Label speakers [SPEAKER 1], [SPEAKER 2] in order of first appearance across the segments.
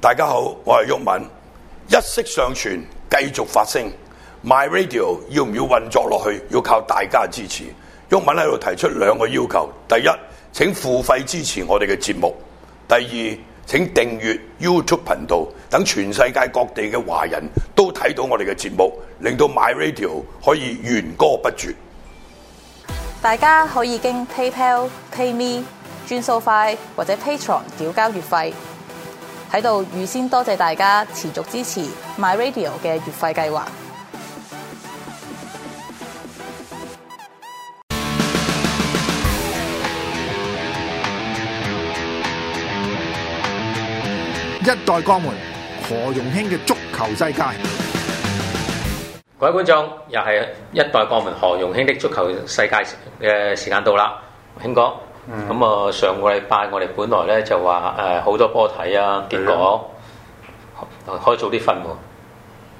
[SPEAKER 1] 大家好，我係鬱敏，一息尚存，繼續發聲。My Radio 要唔要運作落去，要靠大家支持。鬱敏喺度提出兩個要求：第一，請付費支持我哋嘅節目；第二，請訂閱 YouTube 頻道，等全世界各地嘅華人都睇到我哋嘅節目，令到 My Radio 可以源歌不絕。
[SPEAKER 2] 大家可以經 PayPal、PayMe、轉數快或者 Patron 繳交月費。喺度預先多謝大家持續支持 My Radio 嘅月費計劃。
[SPEAKER 3] 一代江門何容興嘅足球世界。
[SPEAKER 4] 各位觀眾，又係一代國民何容興的足球世界嘅時間到啦，興哥。咁啊、上個禮拜我哋本來咧就話誒好多波睇啊，結果開早啲瞓喎，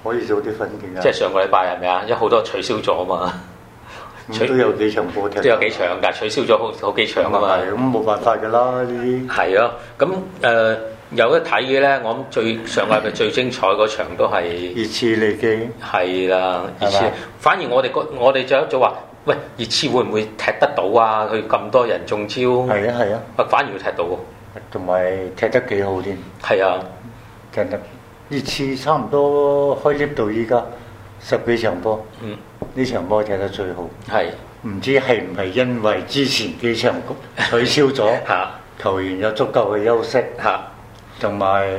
[SPEAKER 5] 可以早啲啊瞓嘅。
[SPEAKER 4] 即係上個禮拜係咪啊？因為好多取消咗啊嘛，取
[SPEAKER 5] 咁都有幾場波踢，
[SPEAKER 4] 都有幾場㗎，取消咗好好幾場啊嘛。
[SPEAKER 5] 啊係咁冇辦法㗎啦，呢
[SPEAKER 4] 係啊，咁誒、呃有得睇嘅咧，我諗最上個禮拜最精彩嗰場都係
[SPEAKER 5] 啲熱刺嚟嘅，
[SPEAKER 4] 係啦，熱
[SPEAKER 5] 係
[SPEAKER 4] 刺
[SPEAKER 5] 嘛。
[SPEAKER 4] 反而我哋個我哋就一早話，喂，熱刺會唔會踢得到啊？佢咁多人中招，
[SPEAKER 5] 係啊係啊，
[SPEAKER 4] 啊反而會踢到喎。
[SPEAKER 5] 同埋踢得幾好添，
[SPEAKER 4] 係啊，
[SPEAKER 5] 真係熱刺差唔多開 lift 到依家十幾場波，
[SPEAKER 4] 嗯，
[SPEAKER 5] 呢場波踢得最好。
[SPEAKER 4] 係
[SPEAKER 5] 唔知係唔係因為之前幾場取消咗，
[SPEAKER 4] 嚇
[SPEAKER 5] 球員有足夠嘅休息，
[SPEAKER 4] 嚇
[SPEAKER 5] 同埋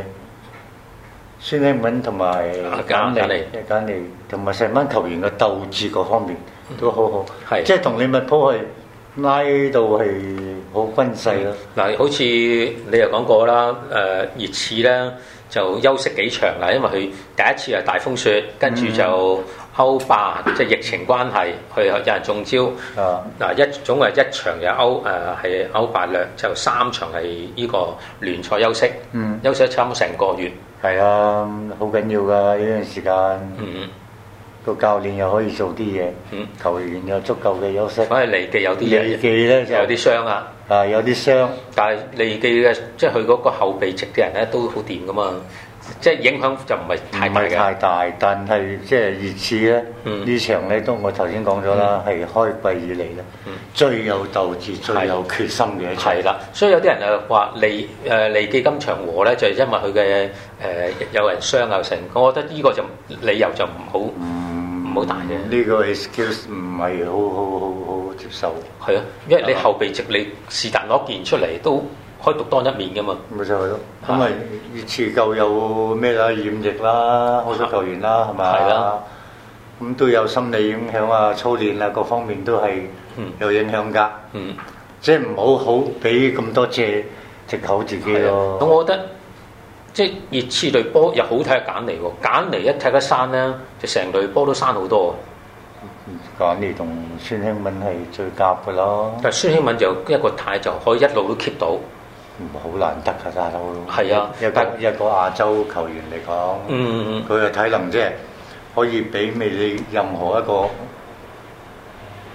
[SPEAKER 5] 孫興敏同埋
[SPEAKER 4] 啊簡
[SPEAKER 5] 簡
[SPEAKER 4] 簡
[SPEAKER 5] 尼
[SPEAKER 4] 尼、
[SPEAKER 5] 簡尼同埋成班球員嘅鬥志各方面都好好，
[SPEAKER 4] 嗯係
[SPEAKER 5] 即係同利物浦係拉到係好均勢咯。
[SPEAKER 4] 嗱，好似你又講過啦，誒、熱刺咧就休息幾場啊啦，因為佢第一次係大風雪，跟
[SPEAKER 5] 嗯
[SPEAKER 4] 住就歐霸，即係疫情關係，佢有人中招。
[SPEAKER 5] 啊，
[SPEAKER 4] 嗱，一總係一場有歐誒係、歐霸兩，就三場係呢個聯賽休息，
[SPEAKER 5] 嗯
[SPEAKER 4] 休息咗差唔多成個月。
[SPEAKER 5] 係啊，好緊要㗎呢段時間，
[SPEAKER 4] 嗯，
[SPEAKER 5] 個教練又可以做啲嘢
[SPEAKER 4] 嗯，
[SPEAKER 5] 球員有足夠嘅休息。
[SPEAKER 4] 反而利記有啲嘢，
[SPEAKER 5] 利記咧就
[SPEAKER 4] 有啲傷啊，
[SPEAKER 5] 啊，有啲傷，
[SPEAKER 4] 但係利記嘅即係佢嗰個後備席啲人咧都好掂噶嘛，即係影響就唔係
[SPEAKER 5] 唔
[SPEAKER 4] 太大
[SPEAKER 5] 係太
[SPEAKER 4] 嘅。
[SPEAKER 5] 大，但係即係熱刺咧，
[SPEAKER 4] 嗯
[SPEAKER 5] 呢場咧都我頭先講咗啦，係開季以嚟咧最有鬥志、最有決心嘅
[SPEAKER 4] 嗯
[SPEAKER 5] 一場
[SPEAKER 4] 係。啦，所以有啲人就話利誒利記今場和咧，就係、因為佢嘅誒有人傷又成，我覺得呢個就理由就唔好
[SPEAKER 5] 嗯
[SPEAKER 4] 唔好大嘅。
[SPEAKER 5] 呢個 excuse 唔係好好好好接受，
[SPEAKER 4] 係啊，因為你後備席你是但攞件出嚟都可以獨當一面噶嘛。
[SPEAKER 5] 咪就係咯。
[SPEAKER 4] 啊
[SPEAKER 5] 咁咪熱刺夠有咩啦？染疫啦，好多球員啦，係咪？
[SPEAKER 4] 係啦。
[SPEAKER 5] 咁都有心理影響啊，操練啊，各方面都係
[SPEAKER 4] 嗯
[SPEAKER 5] 有影響㗎。
[SPEAKER 4] 嗯，
[SPEAKER 5] 即係唔好好俾咁多借藉口自己
[SPEAKER 4] 係啊。咁
[SPEAKER 5] 咯。
[SPEAKER 4] 我覺得即係熱刺隊波又好睇係簡尼喎，簡尼一踢得山咧，就成隊波都山好多。
[SPEAKER 5] 簡尼同孫興敏係最夾㗎咯。
[SPEAKER 4] 但係孫興敏就一個態就可以一路都 keep 到。
[SPEAKER 5] 好難得㗎，大佬。
[SPEAKER 4] 係啊
[SPEAKER 5] 一個
[SPEAKER 4] 但
[SPEAKER 5] 一個亞洲球員嚟講，
[SPEAKER 4] 嗯，
[SPEAKER 5] 佢嘅體能即係可以媲美你任何一個，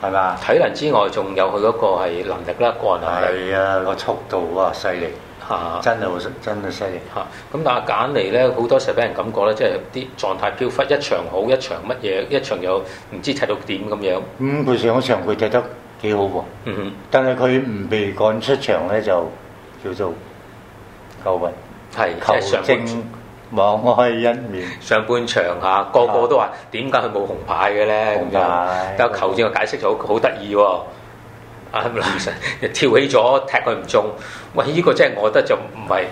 [SPEAKER 5] 係嘛？
[SPEAKER 4] 體能之外，仲有佢嗰個係能力啦，個人能力
[SPEAKER 5] 係啊，個速度啊，犀利，
[SPEAKER 4] 嚇
[SPEAKER 5] 真係好犀真係犀利。
[SPEAKER 4] 嚇。咁但係簡尼咧，好多時候俾人感覺咧，即係啲狀態飄忽，一場好，一場乜嘢，一場又唔知踢到點咁樣。
[SPEAKER 5] 咁佢上一場佢踢得幾好喎，
[SPEAKER 4] 嗯，
[SPEAKER 5] 但係佢唔被趕出場咧，就叫做球運
[SPEAKER 4] 係即
[SPEAKER 5] 球
[SPEAKER 4] 係上半
[SPEAKER 5] 證網開一面。
[SPEAKER 4] 上半場嚇，個個都話點解佢冇紅牌嘅咧？咁
[SPEAKER 5] 啊紅牌
[SPEAKER 4] 樣，但球證又解釋咗好好得意喎。啊， 林 Sir 跳起咗踢佢唔中，喂！呢、個真係我覺得就唔係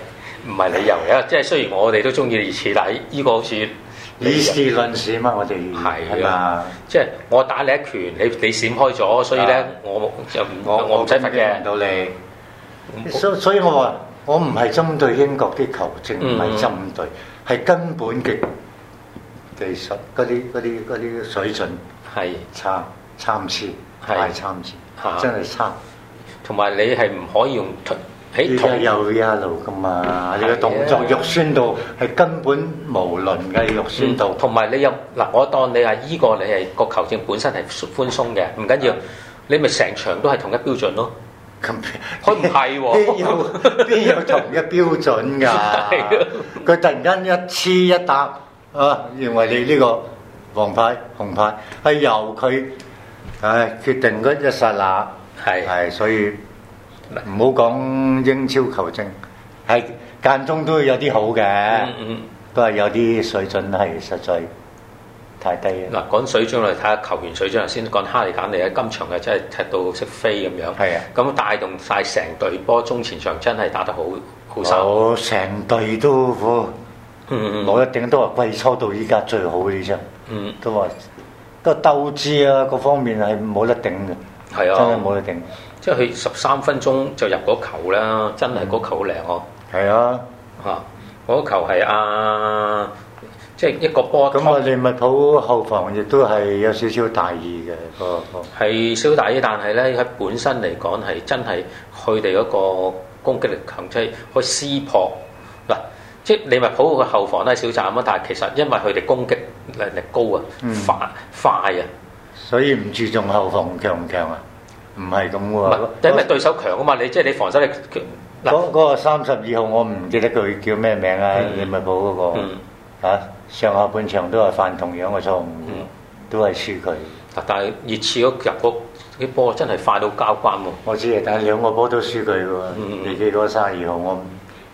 [SPEAKER 4] 唔係理由嘅，即係雖然我哋都中意熱刺，但係呢個好似
[SPEAKER 5] 以事論事嘛，我哋
[SPEAKER 4] 係
[SPEAKER 5] 係嘛
[SPEAKER 4] 啊？即係我打你一拳，你你閃開咗，所以咧
[SPEAKER 5] 啊
[SPEAKER 4] 我就唔
[SPEAKER 5] 我
[SPEAKER 4] 我唔使罰嘅
[SPEAKER 5] 唔。到你。嗯所所以我話我唔係針對英國啲球證，
[SPEAKER 4] 嗯
[SPEAKER 5] 唔係針對，係根本嘅技術嗰啲嗰啲嗰啲水準
[SPEAKER 4] 係，
[SPEAKER 5] 參參差，
[SPEAKER 4] 係
[SPEAKER 5] 太參差，
[SPEAKER 4] 嚇
[SPEAKER 5] 真係差。
[SPEAKER 4] 同埋你係唔可以用推
[SPEAKER 5] 依
[SPEAKER 4] 喺
[SPEAKER 5] 家
[SPEAKER 4] 同
[SPEAKER 5] 有 y 路噶嘛？你
[SPEAKER 4] 係啊
[SPEAKER 5] 嘅動作肉酸到係根本無論嘅肉酸到
[SPEAKER 4] 嗯，同埋你又嗱，我當你係依個嗯你係個球證本身係寬鬆嘅，唔緊要，你咪成場都係同一標準咯。
[SPEAKER 5] 咁
[SPEAKER 4] 佢唔係喎
[SPEAKER 5] 邊有邊有同一標準㗎
[SPEAKER 4] 係啊？
[SPEAKER 5] 佢突然間一黐一搭啊，認為你呢個黃牌紅牌係由佢唉決定嗰一剎那，
[SPEAKER 4] 係
[SPEAKER 5] 係所以唔好講英超球證，係間中都有啲好嘅
[SPEAKER 4] 嗯，嗯。
[SPEAKER 5] 不過有啲水準係實在太低啦。
[SPEAKER 4] 嗱，講水準我哋睇下球員水準先，講哈利簡尼喺今場嘅真係踢到識飛咁樣，
[SPEAKER 5] 係啊
[SPEAKER 4] 咁帶動晒成隊波中前場真係打得好好手，
[SPEAKER 5] 我成隊都好。
[SPEAKER 4] 嗯嗯
[SPEAKER 5] 我一定都話季初到依家最好嘅啫，
[SPEAKER 4] 嗯，
[SPEAKER 5] 都話個鬥志啊各方面係冇得頂嘅，
[SPEAKER 4] 係
[SPEAKER 5] 真係
[SPEAKER 4] 啊，
[SPEAKER 5] 冇得頂。
[SPEAKER 4] 即係佢十三分鐘就入嗰球啦，真係嗰球好靚哦，
[SPEAKER 5] 係啊，
[SPEAKER 4] 嚇，嗰球係啊，即係一個波
[SPEAKER 5] 咁
[SPEAKER 4] 拖
[SPEAKER 5] 我利物浦後防亦都係有少少大意嘅個個，
[SPEAKER 4] 係少大啲，但係咧喺本身嚟講係真係佢哋嗰個攻擊力強，即係可以撕破嗱。即係利物浦嘅後防都係小站啊，但係其實因為佢哋攻擊能力高啊，快快啊，
[SPEAKER 5] 所以唔注重後防強唔強啊？唔係咁
[SPEAKER 4] 唔
[SPEAKER 5] 喎
[SPEAKER 4] 係，因為對手強啊嘛，你即係你防守力強嗱，
[SPEAKER 5] 嗰嗰個三十二號我唔記得佢叫咩名啊，
[SPEAKER 4] 嗯
[SPEAKER 5] 利物浦嗰
[SPEAKER 4] 嗯
[SPEAKER 5] 個啊上下半場都係犯同樣嘅錯誤
[SPEAKER 4] 嗯，
[SPEAKER 5] 都係輸佢。
[SPEAKER 4] 嗱但係熱刺嗰入嗰啲波真係快到交關喎，
[SPEAKER 5] 我知嘅，但係兩個波都輸佢嘅喎。
[SPEAKER 4] 嗯
[SPEAKER 5] 你記嗰三廿二號，我唔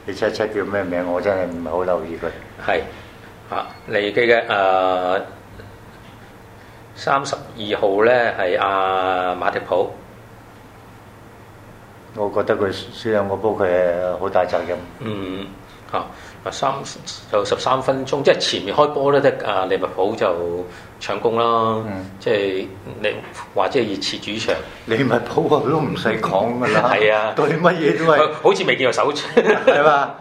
[SPEAKER 5] 你七七叫咩名？我真係唔係好留意佢。
[SPEAKER 4] 係啊，利記嘅誒三十二號咧係阿馬迪普。
[SPEAKER 5] 我覺得佢輸兩個波，佢係好大責任。
[SPEAKER 4] 嗯，嚇嗱三就十三分鐘，即係前面開波咧，得啊利物浦就搶攻啦，
[SPEAKER 5] 嗯
[SPEAKER 4] 即係你或者係熱刺主場，
[SPEAKER 5] 利物浦我都唔使講㗎 啦，
[SPEAKER 4] 係啊
[SPEAKER 5] 對乜嘢都 係
[SPEAKER 4] 好似未見過手，
[SPEAKER 5] 係嘛？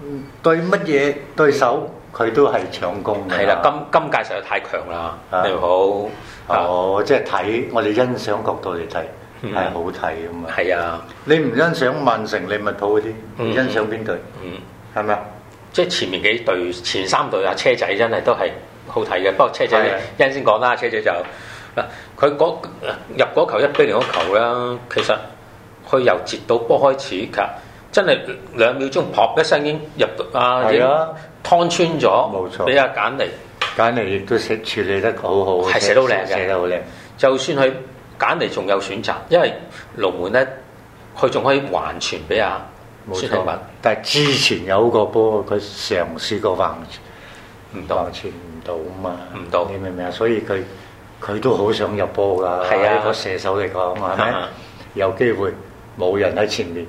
[SPEAKER 5] 嗯對乜嘢對手佢都係搶攻㗎。
[SPEAKER 4] 係啦，今今屆實在太強啦，
[SPEAKER 5] 啊
[SPEAKER 4] 利物浦啊，
[SPEAKER 5] 哦，即係睇我哋欣賞角度嚟睇
[SPEAKER 4] 嗯
[SPEAKER 5] 係好睇咁啊！
[SPEAKER 4] 係啊，
[SPEAKER 5] 你唔欣賞曼城、利物浦嗰啲，你欣
[SPEAKER 4] 嗯
[SPEAKER 5] 賞邊隊？
[SPEAKER 4] 嗯，
[SPEAKER 5] 係咪啊？
[SPEAKER 4] 即係前面幾隊前三隊啊，車仔真係都係好睇嘅，不過車
[SPEAKER 5] 係
[SPEAKER 4] 仔
[SPEAKER 5] 啊
[SPEAKER 4] 一陣先講啦，車仔就嗱佢嗰入嗰球一比零嗰球啦，其實佢由截到波開始，其實真係兩秒鐘撲一聲已經入到啊，已
[SPEAKER 5] 係
[SPEAKER 4] 經
[SPEAKER 5] 啊！
[SPEAKER 4] 劏穿
[SPEAKER 5] 冇
[SPEAKER 4] 咗，
[SPEAKER 5] 錯
[SPEAKER 4] 俾阿簡尼。
[SPEAKER 5] 簡尼亦都寫處理得好好，
[SPEAKER 4] 係寫得好靚嘅
[SPEAKER 5] 寫得好靚。
[SPEAKER 4] 就算佢簡尼仲有選擇，因為龍門咧，佢仲可以還傳俾阿
[SPEAKER 5] 冇
[SPEAKER 4] 孫興
[SPEAKER 5] 錯
[SPEAKER 4] 文，，
[SPEAKER 5] 但係之前有個波，佢嘗試過橫
[SPEAKER 4] 唔
[SPEAKER 5] 橫
[SPEAKER 4] 到。
[SPEAKER 5] 傳唔到啊嘛，
[SPEAKER 4] 唔到
[SPEAKER 5] 你明唔明啊？所以佢佢都好想入波㗎，
[SPEAKER 4] 係啊
[SPEAKER 5] 喺個射手嚟講係咪
[SPEAKER 4] 啊？
[SPEAKER 5] 有機會冇人喺前面，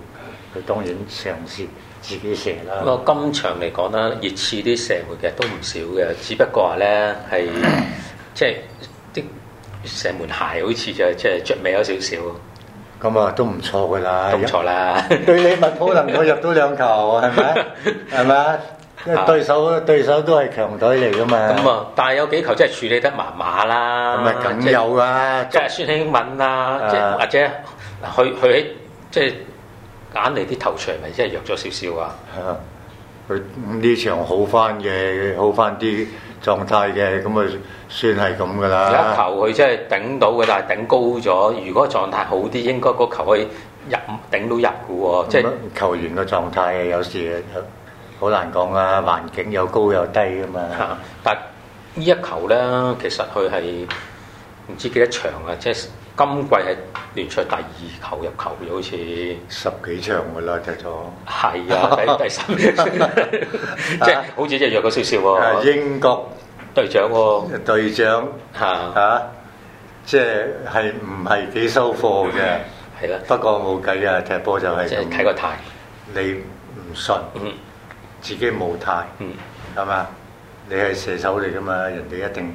[SPEAKER 5] 佢當然嘗試自己射
[SPEAKER 4] 不
[SPEAKER 5] 啦。
[SPEAKER 4] 過今場嚟講啦，熱刺啲射門嘅都唔少嘅，只不過話咧 係即係啲射門鞋好似就即係着尾咗少少，
[SPEAKER 5] 咁啊，都唔錯㗎啦，
[SPEAKER 4] 都唔錯啦。
[SPEAKER 5] 對利物浦能夠入到兩球係 咪？係咪啊？因為對手對手都係強隊嚟㗎嘛。
[SPEAKER 4] 咁啊，但係有幾球真係處理得麻麻啦。
[SPEAKER 5] 咁咪啊梗有啦，
[SPEAKER 4] 即係孫興敏啊，即係
[SPEAKER 5] 啊
[SPEAKER 4] 或者佢佢喺即係揀嚟啲頭槌，咪即係弱咗少少啊？
[SPEAKER 5] 啊佢呢場好翻嘅，好翻啲狀態嘅，咁啊算係咁噶
[SPEAKER 4] 有一
[SPEAKER 5] 啦。
[SPEAKER 4] 球佢真係頂到嘅，但係頂高咗。如果狀態好啲，應該嗰球可以入頂到入嘅喎。即
[SPEAKER 5] 即係
[SPEAKER 4] 係
[SPEAKER 5] 啊球員嘅狀態啊，有時啊好難講啊，環境有高有低噶嘛
[SPEAKER 4] 嚇。，啊但係呢一球咧，其實佢係唔知幾多場啊，即係今季係聯賽第二球入球嘅，好似。
[SPEAKER 5] 十幾場噶啦，踢咗。
[SPEAKER 4] 係啊，第第三，即係好似即係弱咗少
[SPEAKER 5] 啊
[SPEAKER 4] 少喎，
[SPEAKER 5] 英國
[SPEAKER 4] 隊長喎
[SPEAKER 5] 隊長
[SPEAKER 4] 嚇
[SPEAKER 5] 啊，即係係唔係幾收貨嘅？
[SPEAKER 4] 係啦，
[SPEAKER 5] 不過冇計啊，踢波就係
[SPEAKER 4] 嗯即係睇個
[SPEAKER 5] 咁。
[SPEAKER 4] 態，
[SPEAKER 5] 你唔信，
[SPEAKER 4] 嗯
[SPEAKER 5] 自己冇態。
[SPEAKER 4] 嗯，
[SPEAKER 5] 係嘛？你係射手嚟噶嘛？人哋一定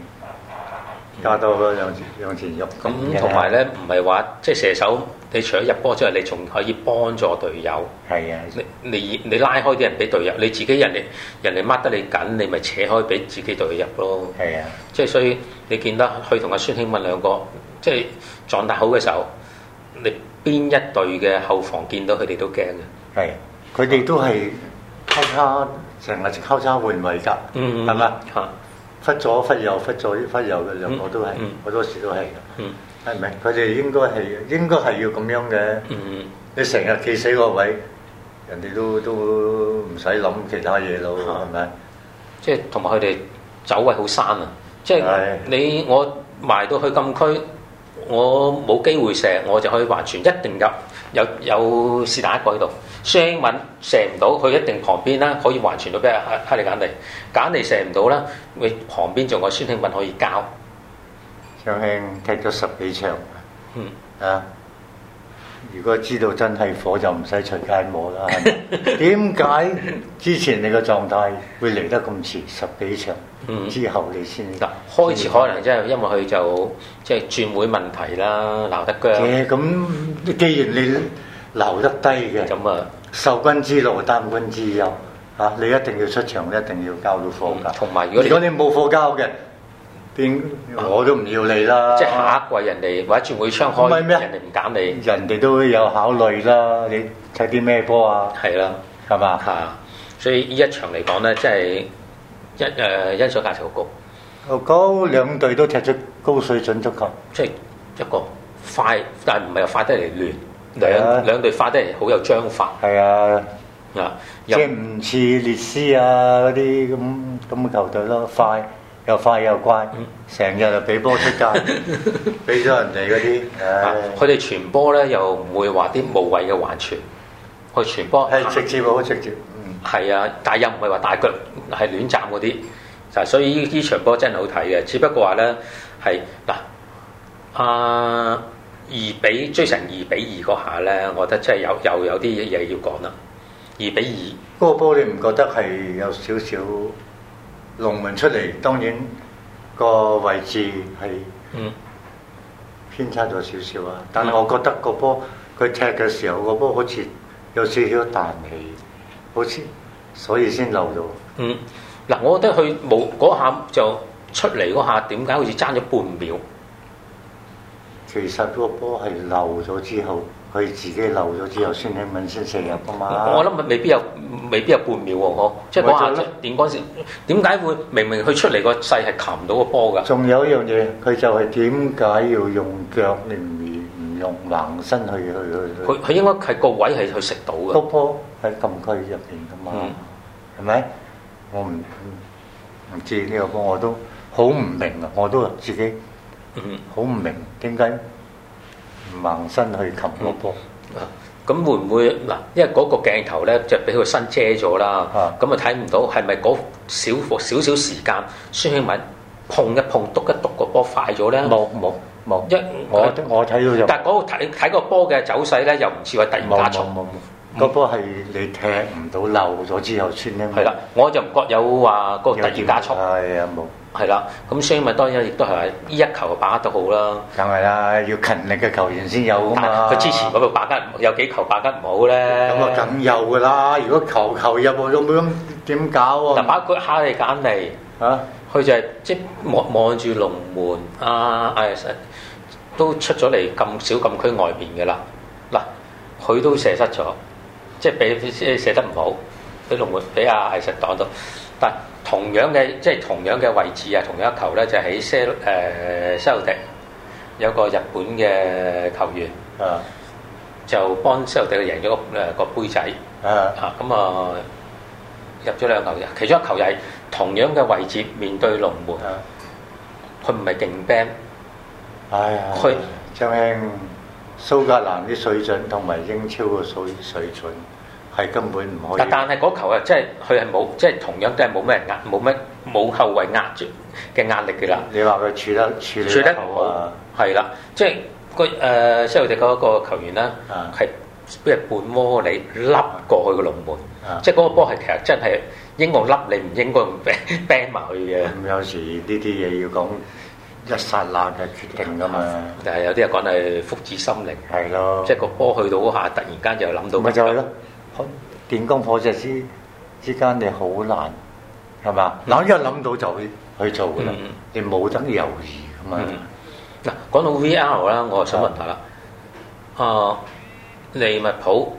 [SPEAKER 5] 加多嗰兩兩錢肉
[SPEAKER 4] 咁同埋，咧，唔係話即係射手，你除咗入波之外，你仲可以幫助隊友，
[SPEAKER 5] 係啊，
[SPEAKER 4] 你你你拉開啲人俾隊友，你自己人哋人哋掹得你緊，你咪扯開俾自己隊友入咯。
[SPEAKER 5] 係啊，
[SPEAKER 4] 即係所以你見得佢同阿孫興文兩個，即係狀態好嘅時候，你邊一隊嘅後防見到佢哋都驚嘅。
[SPEAKER 5] 係啊。佢哋都係交叉，成日交叉換位㗎，
[SPEAKER 4] 嗯，
[SPEAKER 5] 係嘛？
[SPEAKER 4] 嚇，
[SPEAKER 5] 忽左忽右，忽左忽右嘅兩個都係
[SPEAKER 4] 嗯嗯，
[SPEAKER 5] 好多時都係㗎，
[SPEAKER 4] 嗯
[SPEAKER 5] 係咪？佢哋應該係應該係要咁樣嘅，
[SPEAKER 4] 嗯，
[SPEAKER 5] 你成日企死個位，人哋都都唔使諗其他嘢咯，係咪？
[SPEAKER 4] 即係同埋佢哋走位好生啊！即係
[SPEAKER 5] 係
[SPEAKER 4] 你我埋到去禁區，我冇機會射，我就可以還傳，一定入有有是但一個喺度。雙敏射唔到，佢一定旁邊啦，可以還傳到俾哈哈利簡尼。簡尼射唔到啦，佢旁邊仲有孫興敏可以交。
[SPEAKER 5] 張兄踢咗十幾場，
[SPEAKER 4] 嗯，
[SPEAKER 5] 啊！如果知道真係火就唔使出街摸 啦。係咪點解之前你個狀態會嚟得咁遲十幾場，
[SPEAKER 4] 嗯
[SPEAKER 5] 之後你先
[SPEAKER 4] 嗱，開始可能真係因為佢就即係轉會問題啦，鬧得腳
[SPEAKER 5] 嘅咁，既然你留得低嘅，
[SPEAKER 4] 咁啊，
[SPEAKER 5] 受君之勞，擔君之憂。嚇、你一定要出場，一定要交到貨
[SPEAKER 4] 嗯
[SPEAKER 5] 㗎。
[SPEAKER 4] 同埋如果你啊
[SPEAKER 5] 如果你冇貨交嘅，邊我都唔要你啦。
[SPEAKER 4] 即係下一季人哋或者轉會窗
[SPEAKER 5] 唔係
[SPEAKER 4] 開，
[SPEAKER 5] 咩
[SPEAKER 4] 人哋唔揀你，
[SPEAKER 5] 人哋都有考慮啦。你睇啲咩波啊？
[SPEAKER 4] 係啦。
[SPEAKER 5] 係嘛？
[SPEAKER 4] 啊，所以呢一場嚟講咧，即係一誒、呃欣賞價值好高，
[SPEAKER 5] 嗰兩隊都踢出高水準足球，
[SPEAKER 4] 即係一個快，但係唔係又快得嚟亂，
[SPEAKER 5] 係啊
[SPEAKER 4] 兩兩隊快得嚟好有章法
[SPEAKER 5] 係啊，
[SPEAKER 4] 啊，
[SPEAKER 5] 即
[SPEAKER 4] 又
[SPEAKER 5] 係唔似列斯啊嗰啲咁咁嘅球隊咯，快又快又快，成日就俾波出界，俾咗人哋嗰啲，
[SPEAKER 4] 啊
[SPEAKER 5] 唉
[SPEAKER 4] 佢哋傳波咧又唔會話啲無謂嘅環傳，佢傳波
[SPEAKER 5] 係直接好直接，嗯
[SPEAKER 4] 係啊，但係又唔係話大腳係亂站嗰啲，就所以呢呢場波真係好睇嘅。只不過話咧係嗱，啊二比追成二比二嗰下咧，我覺得真係有又有啲嘢要講啦。二比二。
[SPEAKER 5] 嗰個波你唔覺得係有少少龍門出嚟？當然個位置係。
[SPEAKER 4] 嗯，
[SPEAKER 5] 偏差咗少少啊。但係我覺得個波佢踢嘅時候，個波好似有少少彈起，好似所以先漏到。
[SPEAKER 4] 嗯，嗱，我覺得佢冇嗰下就出嚟嗰下，點解好似爭咗半秒？
[SPEAKER 5] 其實個波係漏咗之後，佢自己漏咗之後，孫興敏先射入噶嘛。
[SPEAKER 4] 我諗未必有，未必有半秒喎，我即係嗰
[SPEAKER 5] 啊咪就
[SPEAKER 4] 下
[SPEAKER 5] 係咯
[SPEAKER 4] 點嗰陣時，點解會明明佢出嚟個勢係擒唔到個波㗎？
[SPEAKER 5] 仲有一樣嘢，佢就係點解要用腳，你唔唔用橫身去去去
[SPEAKER 4] 佢佢應該係個位係去食到
[SPEAKER 5] 去？個
[SPEAKER 4] 嘅，
[SPEAKER 5] 波喺禁區入邊噶嘛
[SPEAKER 4] 嗯，
[SPEAKER 5] 係咪、我唔唔唔知呢個波，我都好唔明啊！我都自己。
[SPEAKER 4] 嗯，
[SPEAKER 5] 好唔明點解唔盲身去擒個波？
[SPEAKER 4] 啊咁會唔會嗱？因為嗰個鏡頭咧就俾佢身遮咗啦
[SPEAKER 5] 啊，
[SPEAKER 4] 咁啊睇唔到係咪嗰少少少時間孫興敏碰一碰、篤一篤個波快咗咧？
[SPEAKER 5] 冇冇冇，
[SPEAKER 4] 嗯一
[SPEAKER 5] 我我睇到就
[SPEAKER 4] 但係嗰個睇睇個波嘅走勢咧，又唔似話突然
[SPEAKER 5] 冇
[SPEAKER 4] 加
[SPEAKER 5] 冇
[SPEAKER 4] 速。
[SPEAKER 5] 冇冇，個波係你踢唔到漏咗之後穿咧，
[SPEAKER 4] 係啦，我就唔覺有話嗰個
[SPEAKER 5] 有
[SPEAKER 4] 突然
[SPEAKER 5] 點，
[SPEAKER 4] 加速，
[SPEAKER 5] 係啊冇，
[SPEAKER 4] 係啦。咁所以咪當然亦都係話呢一球把握得好啦。
[SPEAKER 5] 梗係啦，要勤力嘅球員先有啊
[SPEAKER 4] 但
[SPEAKER 5] 嘛。
[SPEAKER 4] 佢之前嗰度把握唔有幾球把握唔好咧，
[SPEAKER 5] 咁啊梗有㗎啦，如果球球入喎咁咁點搞
[SPEAKER 4] 嗱，
[SPEAKER 5] 啊？
[SPEAKER 4] 包括哈利簡尼，
[SPEAKER 5] 嚇
[SPEAKER 4] 佢就係即係望望住龍門啊，艾神都出咗嚟咁少禁區外邊嘅啦。嗱，佢都射失咗，即係俾即係射得唔好，俾龍門俾阿艾神擋到。但係同樣嘅即係同樣嘅位置啊，同樣一球咧就喺西誒西奧迪有個日本嘅球員
[SPEAKER 5] 啊
[SPEAKER 4] 就幫西奧迪贏咗個誒個杯仔。
[SPEAKER 5] 啊！
[SPEAKER 4] 啊，咁啊入咗兩球嘅，其中一球又係同樣嘅位置面對龍門，
[SPEAKER 5] 啊
[SPEAKER 4] 佢唔係勁 band，
[SPEAKER 5] 哎呀，
[SPEAKER 4] 佢
[SPEAKER 5] 張兄，蘇格蘭啲水準同埋英超嘅水水準係根本唔可以
[SPEAKER 4] 但。但係嗰球啊，即係佢係冇，即係同樣都係冇咩人壓，冇咩冇後衞壓住嘅壓力嘅啦，
[SPEAKER 5] 你話佢處得處
[SPEAKER 4] 處
[SPEAKER 5] 理
[SPEAKER 4] 得
[SPEAKER 5] 得
[SPEAKER 4] 唔
[SPEAKER 5] 好
[SPEAKER 4] 好
[SPEAKER 5] 啊？，
[SPEAKER 4] 係啦，即係個誒西奧迪嗰個球員咧
[SPEAKER 5] 啊，
[SPEAKER 4] 係俾人半窩你笠過去個龍門
[SPEAKER 5] 啊，
[SPEAKER 4] 即係嗰個波係其實真係應該笠你，唔應該 band 埋佢嘅。
[SPEAKER 5] 咁有時呢啲嘢要講一剎那嘅決定㗎嘛，
[SPEAKER 4] 但係有啲人講係福至心靈。
[SPEAKER 5] 係咯
[SPEAKER 4] 即，係個波去到嗰下，突然間就諗到
[SPEAKER 5] 咪就係咯。可電光火石之之間，你好難係嘛？諗一諗到就去去做㗎啦
[SPEAKER 4] 嗯，
[SPEAKER 5] 你冇得猶豫㗎嘛。
[SPEAKER 4] 嗯嗱，講到 VR 啦，我就想問下啦，啊、利物浦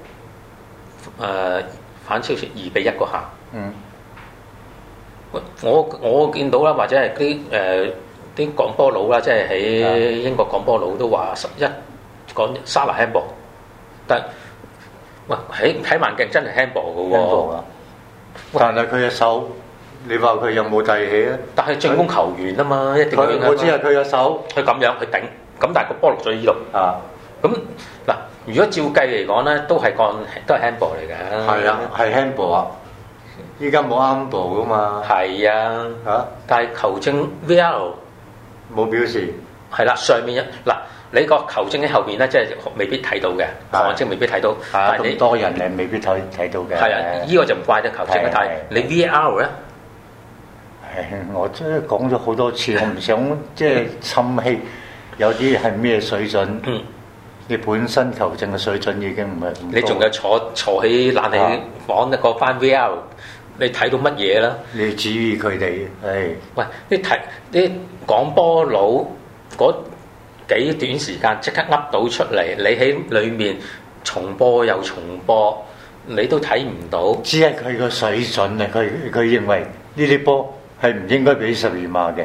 [SPEAKER 4] 誒、反超前二比一個下，
[SPEAKER 5] 嗯，
[SPEAKER 4] 喂我我見到啦，或者係啲誒啲廣波佬啦，即係
[SPEAKER 5] 啊
[SPEAKER 4] 喺英國廣波佬都話十一講沙拿一步，但係喂，喺睇慢鏡真係 handball 嘅
[SPEAKER 5] ，handball
[SPEAKER 4] 喎，
[SPEAKER 5] 啊！但係佢隻手，你話佢有冇遞起啊？
[SPEAKER 4] 但係進攻球員啊嘛，一定要
[SPEAKER 5] 佢我知係佢隻手
[SPEAKER 4] 佢咁樣去頂，咁但係個波落咗呢度。
[SPEAKER 5] 啊，
[SPEAKER 4] 咁嗱，如果照計嚟講咧，都係幹都係 handball 嚟嘅。
[SPEAKER 5] 係啊，，係 handball 啊！依家冇 handball 噶嘛
[SPEAKER 4] 係啊，
[SPEAKER 5] 嚇，
[SPEAKER 4] 但係球證 VR
[SPEAKER 5] 冇表示
[SPEAKER 4] 係啦，上面一嗱，你個球證喺後面咧，即係未必睇到嘅，
[SPEAKER 5] 係
[SPEAKER 4] 球證未必睇到，
[SPEAKER 5] 嚇
[SPEAKER 4] 但係啊
[SPEAKER 5] 啊咁
[SPEAKER 4] 你
[SPEAKER 5] 多人你未必睇睇到嘅。
[SPEAKER 4] 係啊，呢個就唔怪得球證啦
[SPEAKER 5] 係。
[SPEAKER 4] 但係你 VR 咧，
[SPEAKER 5] 唉我真係講咗好多次，我唔想即係滲氣。有啲係咩水準？
[SPEAKER 4] 嗯
[SPEAKER 5] 你本身球證嘅水準已經唔係咁高
[SPEAKER 4] 你仲有坐坐喺冷
[SPEAKER 5] 啊
[SPEAKER 4] 氣房嗰班 VR，你睇到乜嘢啦？
[SPEAKER 5] 你指意佢哋，唉，
[SPEAKER 4] 喂，你睇你講波佬嗰幾短時間即刻噏到出嚟，你喺裏面重播又重播，你都睇唔到。
[SPEAKER 5] 只係佢個水準啊！佢佢認為呢啲波係唔應該俾十二碼嘅，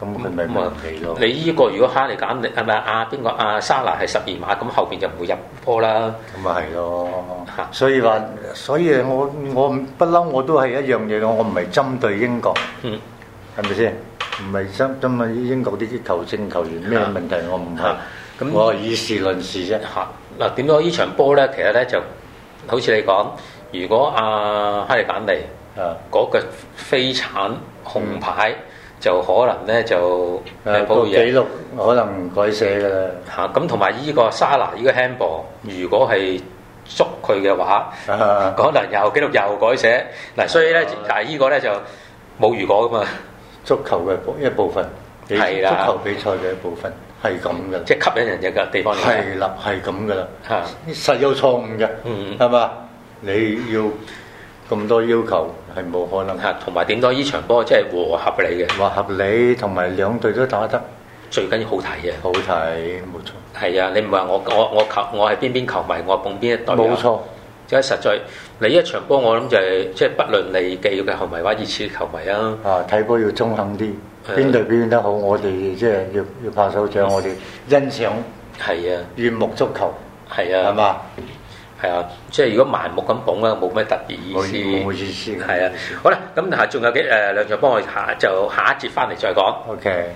[SPEAKER 5] 咁佢咪
[SPEAKER 4] 咁
[SPEAKER 5] 唔
[SPEAKER 4] 啊
[SPEAKER 5] 俾咯。
[SPEAKER 4] 你依個如果哈利簡力係咪啊？邊個啊？沙拿係十二碼，咁後邊就唔會入波啦。
[SPEAKER 5] 咁咪係咯
[SPEAKER 4] 嚇，
[SPEAKER 5] 所以話，所以我我唔不嬲，我都係一樣嘢咯。我唔係針對英國，
[SPEAKER 4] 嗯，
[SPEAKER 5] 係咪先？唔係針針對英國啲球證球員咩
[SPEAKER 4] 嚇
[SPEAKER 5] 問題，我唔係
[SPEAKER 4] 嚇，咁
[SPEAKER 5] 我係以事論事啫。
[SPEAKER 4] 嚇嗱，點解呢場波咧？其實咧就好似你講，如果啊哈利簡尼
[SPEAKER 5] 啊，
[SPEAKER 4] 嗰個飛鏟紅牌，就可能咧就
[SPEAKER 5] 誒
[SPEAKER 4] 係保
[SPEAKER 5] 嗯啊個
[SPEAKER 4] 護嘢
[SPEAKER 5] 記錄可能改寫㗎啦。
[SPEAKER 4] 嚇。咁同埋呢個沙拿呢個 handball，如果係捉佢嘅話，
[SPEAKER 5] 啊
[SPEAKER 4] 可能又記錄又改寫嗱，所以咧但係呢個咧就冇如果噶嘛，
[SPEAKER 5] 足球嘅一部分，比
[SPEAKER 4] 係啦
[SPEAKER 5] 足球比賽嘅一部分係咁㗎啦。
[SPEAKER 4] 即係吸引人嘅地方嚟嘅
[SPEAKER 5] 係啦，係咁噶啦，
[SPEAKER 4] 嚇。
[SPEAKER 5] 實有錯誤嘅，
[SPEAKER 4] 嗯
[SPEAKER 5] 係嘛、你要咁多要求係冇可能，
[SPEAKER 4] 嚇，同埋點解呢場波即係和合嚟嘅，
[SPEAKER 5] 話合理同埋兩隊都打得
[SPEAKER 4] 最緊要好睇嘅。
[SPEAKER 5] 好睇，冇錯，
[SPEAKER 4] 係啊，你唔係話我我我球我係邊邊球迷，我捧邊一隊啊
[SPEAKER 5] 冇錯，
[SPEAKER 4] 即係實在你一場波，我諗就係即係不論你既嘅球迷或者熱刺球迷啊，
[SPEAKER 5] 啊睇波要中肯啲，
[SPEAKER 4] 誒
[SPEAKER 5] 邊隊表現得好，我哋即係要要拍手
[SPEAKER 4] 嗯
[SPEAKER 5] 掌，我哋欣賞
[SPEAKER 4] 係啊，
[SPEAKER 5] 悦目足球，
[SPEAKER 4] 係
[SPEAKER 5] 係
[SPEAKER 4] 啊，
[SPEAKER 5] 嘛？
[SPEAKER 4] 係啊，即係如果盲目咁捧啊，冇咩特別意
[SPEAKER 5] 冇
[SPEAKER 4] 思。
[SPEAKER 5] 冇意思嘅
[SPEAKER 4] 啊係啊，好啦，咁下仲有幾誒兩場波，我下就下一節翻嚟再講。
[SPEAKER 5] ，OK。